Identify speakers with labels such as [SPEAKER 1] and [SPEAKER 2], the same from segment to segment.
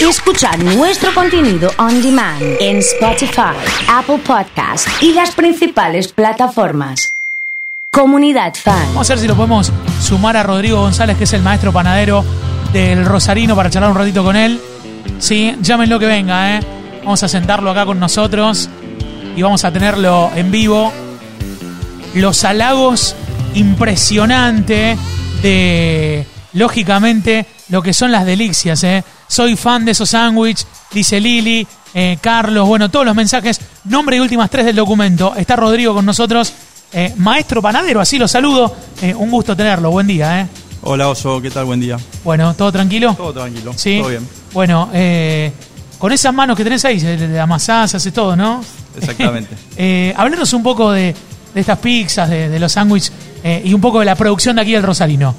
[SPEAKER 1] y escuchar nuestro contenido on demand en Spotify, Apple Podcast y las principales plataformas. Comunidad Fan.
[SPEAKER 2] Vamos a ver si lo podemos sumar a Rodrigo González, que es el maestro panadero del Rosarino, para charlar un ratito con él. Sí, llámenlo que venga, ¿eh? Vamos a sentarlo acá con nosotros y vamos a tenerlo en vivo. Los halagos impresionante de, lógicamente, lo que son las delicias, ¿eh? Soy fan de esos sándwiches, dice Lili, eh, Carlos, bueno, todos los mensajes, nombre y últimas tres del documento. Está Rodrigo con nosotros, eh, maestro panadero, así lo saludo. Eh, un gusto tenerlo, buen día, ¿eh?
[SPEAKER 3] Hola Oso, ¿qué tal? Buen día.
[SPEAKER 2] Bueno, ¿todo tranquilo?
[SPEAKER 3] Todo tranquilo,
[SPEAKER 2] Sí.
[SPEAKER 3] todo bien.
[SPEAKER 2] Bueno, eh, con esas manos que tenés ahí, eh, le amasás, haces todo, ¿no?
[SPEAKER 3] Exactamente.
[SPEAKER 2] eh, háblanos un poco de, de estas pizzas, de, de los sándwiches eh, y un poco de la producción de aquí del Rosarino.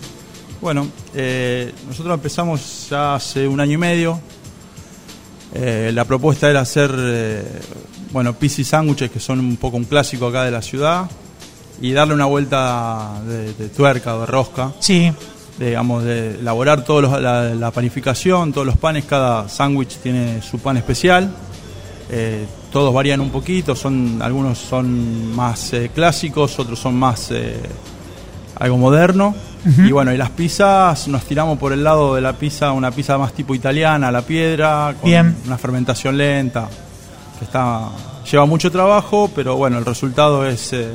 [SPEAKER 3] Bueno, eh, nosotros empezamos ya hace un año y medio. Eh, la propuesta era hacer, eh, bueno, pizza y sándwiches, que son un poco un clásico acá de la ciudad, y darle una vuelta de, de tuerca o de rosca,
[SPEAKER 2] Sí,
[SPEAKER 3] digamos, de elaborar toda la, la panificación, todos los panes, cada sándwich tiene su pan especial. Eh, todos varían un poquito, son, algunos son más eh, clásicos, otros son más eh, algo moderno. Y bueno, y las pizzas nos tiramos por el lado de la pizza, una pizza más tipo italiana, a la piedra, con
[SPEAKER 2] Bien.
[SPEAKER 3] una fermentación lenta, que está lleva mucho trabajo, pero bueno, el resultado es, eh,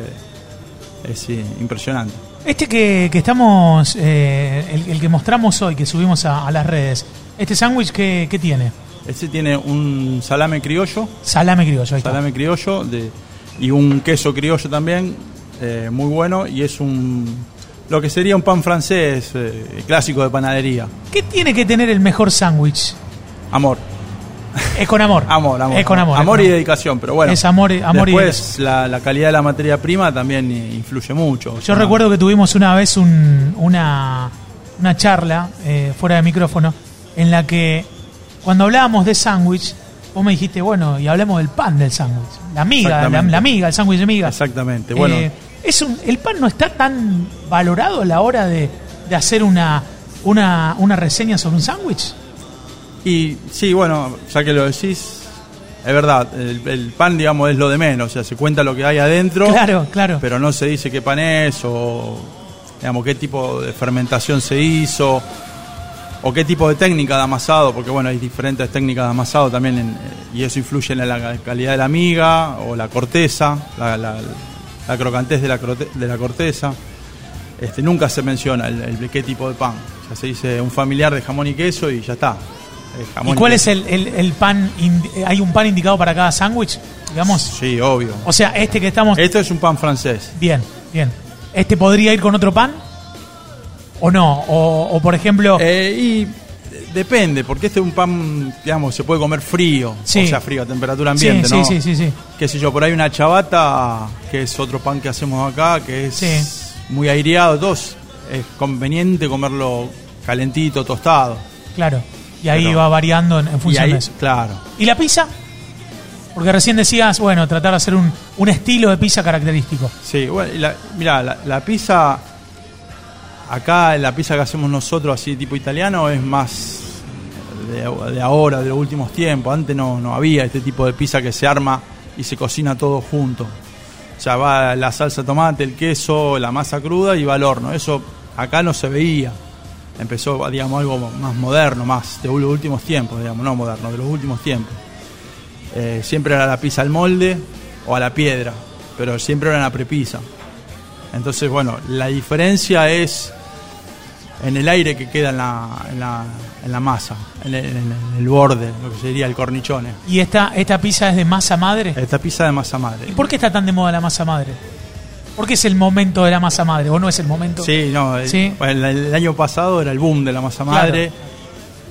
[SPEAKER 3] es eh, impresionante.
[SPEAKER 2] Este que, que estamos, eh, el, el que mostramos hoy, que subimos a, a las redes, este sándwich, ¿qué, qué tiene?
[SPEAKER 3] Este tiene un salame criollo,
[SPEAKER 2] Salame criollo, ahí está.
[SPEAKER 3] salame criollo de, y un queso criollo también, eh, muy bueno, y es un lo que sería un pan francés eh, clásico de panadería.
[SPEAKER 2] ¿Qué tiene que tener el mejor sándwich?
[SPEAKER 3] Amor,
[SPEAKER 2] Es con amor.
[SPEAKER 3] amor, amor.
[SPEAKER 2] Es con amor.
[SPEAKER 3] Amor
[SPEAKER 2] es
[SPEAKER 3] y
[SPEAKER 2] con amor.
[SPEAKER 3] dedicación, pero bueno.
[SPEAKER 2] Es amor y- amor y
[SPEAKER 3] después la, la calidad de la materia prima también eh, influye mucho. O
[SPEAKER 2] Yo
[SPEAKER 3] sea,
[SPEAKER 2] recuerdo que tuvimos una vez un- una, una charla eh, fuera de micrófono en la que cuando hablábamos de sándwich, vos me dijiste, bueno, y hablemos del pan del sándwich. La miga, la,
[SPEAKER 3] Exactamente.
[SPEAKER 2] la miga, el sándwich de miga.
[SPEAKER 3] Exactamente, bueno.
[SPEAKER 2] Eh, es un- el pan no está tan valorado a la hora de, de hacer una, una, una reseña sobre un sándwich.
[SPEAKER 3] Y sí, bueno, ya que lo decís, es verdad, el, el pan, digamos, es lo de menos, o sea, se cuenta lo que hay adentro,
[SPEAKER 2] Claro, claro.
[SPEAKER 3] pero no se dice qué pan es o, digamos, qué tipo de fermentación se hizo o qué tipo de técnica de amasado, porque, bueno, hay diferentes técnicas de amasado también en- eh, y eso influye en la calidad de la miga o la corteza, la, la- la crocantez de la, crote- de la corteza. Este, nunca se menciona el, el- qué tipo de pan. Ya se dice un familiar de jamón y queso y ya está. Eh, jamón
[SPEAKER 2] ¿Y cuál
[SPEAKER 3] queso.
[SPEAKER 2] es el, el- el pan? indi- eh, ¿Hay un pan indicado para cada sándwich? Digamos.
[SPEAKER 3] Sí, obvio.
[SPEAKER 2] O sea, este que estamos.
[SPEAKER 3] Esto es un pan francés.
[SPEAKER 2] Bien, bien. ¿Este podría ir con otro pan? ¿O no? O, o, por ejemplo.
[SPEAKER 3] Eh, y eh, depende, porque este es un pan, digamos, se puede comer frío.
[SPEAKER 2] Sí.
[SPEAKER 3] O sea, frío, a temperatura
[SPEAKER 2] sí,
[SPEAKER 3] ambiente,
[SPEAKER 2] sí,
[SPEAKER 3] ¿no?
[SPEAKER 2] sí, sí, sí.
[SPEAKER 3] Qué sé yo, por ahí una chabata, que es otro pan que hacemos acá, que es
[SPEAKER 2] Sí.
[SPEAKER 3] muy aireado. Dos, es conveniente comerlo calentito, tostado.
[SPEAKER 2] Claro. Y ahí
[SPEAKER 3] Pero-
[SPEAKER 2] va variando en, en
[SPEAKER 3] Y
[SPEAKER 2] función
[SPEAKER 3] ahí,
[SPEAKER 2] de eso.
[SPEAKER 3] claro.
[SPEAKER 2] ¿Y la pizza? Porque recién decías, bueno, tratar de hacer un, un estilo de pizza característico.
[SPEAKER 3] Sí, bueno, y la, mirá, la, la pizza, acá la pizza que hacemos nosotros así tipo italiano es más de, de ahora, de los últimos tiempos. Antes no, no había este tipo de pizza que se arma y se cocina todo junto. O sea, va la salsa de tomate, el queso, la masa cruda y va al horno. Eso acá no se veía. Empezó, digamos, algo más moderno, más de los últimos tiempos, digamos, no moderno, de los últimos tiempos. Eh, siempre era la pizza al molde o a la piedra, pero siempre era la prepisa. Entonces, bueno, la diferencia es en el aire que queda en la, en la, en la masa, en el, en el borde, lo que sería el cornichone.
[SPEAKER 2] ¿Y esta, esta pizza es de masa madre?
[SPEAKER 3] Esta pizza de masa madre.
[SPEAKER 2] ¿Y por qué está tan de moda la masa madre? ¿Por qué es el momento de la masa madre? ¿O no es el momento?
[SPEAKER 3] Sí, no, el-
[SPEAKER 2] Sí.
[SPEAKER 3] bueno, el, el año pasado era el boom de la masa
[SPEAKER 2] Claro.
[SPEAKER 3] madre.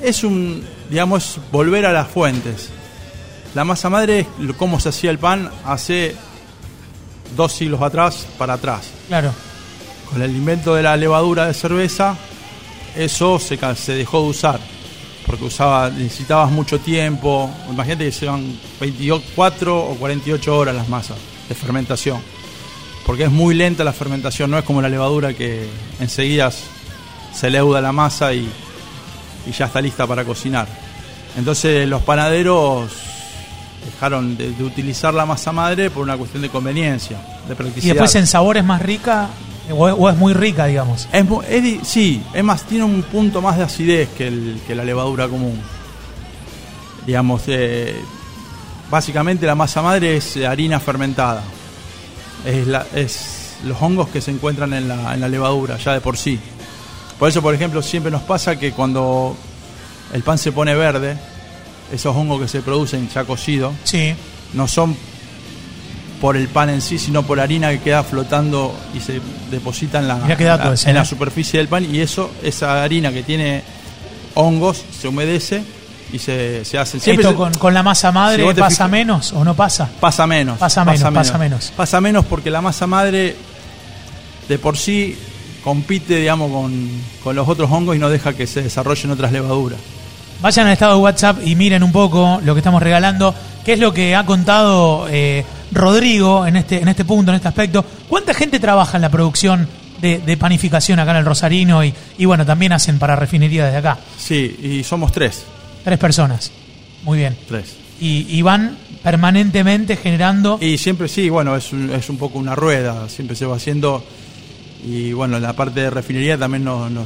[SPEAKER 3] Es un, digamos, volver a las fuentes. La masa madre es lo- cómo se hacía el pan hace dos siglos atrás para atrás.
[SPEAKER 2] Claro.
[SPEAKER 3] Con el invento de la levadura de cerveza, eso se, ca- se dejó de usar. Porque usaba, necesitabas mucho tiempo. Imagínate que llevan 24 o 48 horas las masas de fermentación. Porque es muy lenta la fermentación, no es como la levadura que enseguida s- se leuda la masa y, y ya está lista para cocinar. Entonces los panaderos dejaron de, de utilizar la masa madre por una cuestión de conveniencia, de practicidad.
[SPEAKER 2] Y después en sabor es más rica o es, o es muy rica, digamos.
[SPEAKER 3] Es mu- es di- sí, es más, tiene un punto más de acidez que, el- que la levadura común. Digamos, eh, básicamente la masa madre es eh, harina fermentada. Es, la- es los hongos que se encuentran en la, en la levadura, ya de por sí. Por eso, por ejemplo, siempre nos pasa que cuando el pan se pone verde, esos hongos que se producen ya cocidos,
[SPEAKER 2] Sí.
[SPEAKER 3] no son por el pan en sí, sino por harina que queda flotando y se deposita en la,
[SPEAKER 2] Mirá qué dato
[SPEAKER 3] en la-
[SPEAKER 2] ese,
[SPEAKER 3] en la
[SPEAKER 2] ¿eh?
[SPEAKER 3] superficie del pan y eso, esa harina que tiene hongos, se humedece y se, se hace. Siempre
[SPEAKER 2] ¿Esto
[SPEAKER 3] se-
[SPEAKER 2] con, con la masa
[SPEAKER 3] si
[SPEAKER 2] madre
[SPEAKER 3] vos te
[SPEAKER 2] pasa
[SPEAKER 3] fijas-
[SPEAKER 2] menos o no pasa?
[SPEAKER 3] Pasa menos.
[SPEAKER 2] Pasa menos, pasa menos.
[SPEAKER 3] Pasa menos porque la masa madre de por sí compite, digamos, con, con los otros hongos y no deja que se desarrollen otras levaduras.
[SPEAKER 2] Vayan al estado de WhatsApp y miren un poco lo que estamos regalando. ¿Qué es lo que ha contado eh, Rodrigo en este, en este punto, en este aspecto? ¿Cuánta gente trabaja en la producción de, de panificación acá en el Rosarino? Y, y bueno, también hacen para refinería desde acá.
[SPEAKER 3] Sí, y somos tres.
[SPEAKER 2] Tres personas. Muy bien.
[SPEAKER 3] Tres.
[SPEAKER 2] Y, y van permanentemente generando.
[SPEAKER 3] Y siempre sí, bueno, es un, es un poco una rueda, siempre se va haciendo. Y bueno, la parte de refinería también nos, nos,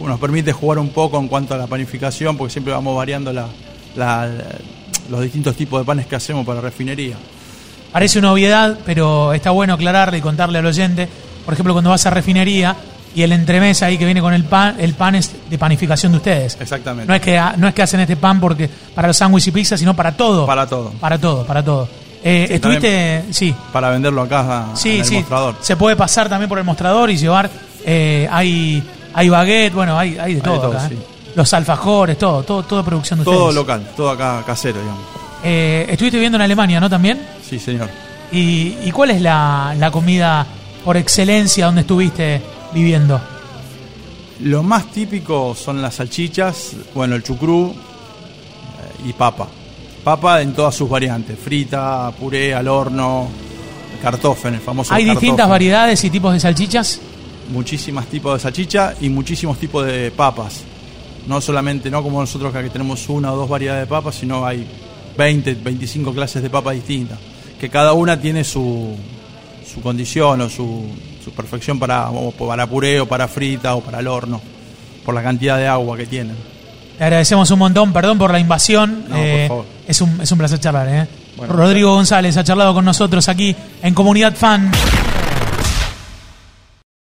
[SPEAKER 3] nos- nos permite jugar un poco en cuanto a la panificación, porque siempre vamos variando la- la- la- los distintos tipos de panes que hacemos para refinería.
[SPEAKER 2] Parece una obviedad, pero está bueno aclararle y contarle al oyente. Por ejemplo, cuando vas a refinería y el entremés ahí que viene con el pan, el pan es de panificación de ustedes.
[SPEAKER 3] Exactamente.
[SPEAKER 2] No es que ha- no es que hacen este pan porque para los sándwiches y pizza, sino para todo.
[SPEAKER 3] Para todo.
[SPEAKER 2] Para todo, para todo. Eh,
[SPEAKER 3] Sí,
[SPEAKER 2] estuviste, sí,
[SPEAKER 3] Para venderlo acá a- en
[SPEAKER 2] sí,
[SPEAKER 3] el
[SPEAKER 2] sí.
[SPEAKER 3] mostrador.
[SPEAKER 2] Se puede pasar también por el mostrador y llevar eh, hay hay baguette, bueno, hay, hay de todo,
[SPEAKER 3] todo,
[SPEAKER 2] acá,
[SPEAKER 3] sí.
[SPEAKER 2] ¿eh? Los alfajores, todo, todo, todo producción de
[SPEAKER 3] Todo
[SPEAKER 2] ustedes.
[SPEAKER 3] local, todo acá casero, digamos.
[SPEAKER 2] Eh, estuviste viviendo en Alemania, ¿no? También.
[SPEAKER 3] Sí, señor.
[SPEAKER 2] ¿Y, y cuál es la, la comida por excelencia donde estuviste viviendo?
[SPEAKER 3] Lo más típico son las salchichas, bueno, el chucrú eh, y papa. Papa en todas sus variantes, frita, puré, al horno, cartofen, el famoso
[SPEAKER 2] ¿Hay distintas
[SPEAKER 3] kartoffeln.
[SPEAKER 2] variedades y tipos de salchichas?
[SPEAKER 3] Muchísimos tipos de salchicha y muchísimos tipos de papas. No solamente, no como nosotros acá que tenemos una o dos variedades de papas, sino hay 20, 25 clases de papas distintas, que cada una tiene su, su condición o su, su perfección para, o para puré o para frita o para el horno, por la cantidad de agua que tienen.
[SPEAKER 2] Te agradecemos un montón, perdón por la invasión.
[SPEAKER 3] No, por favor.
[SPEAKER 2] Es un, es un placer charlar, ¿eh?
[SPEAKER 3] Bueno,
[SPEAKER 2] Rodrigo González ha charlado con nosotros aquí en Comunidad Fan.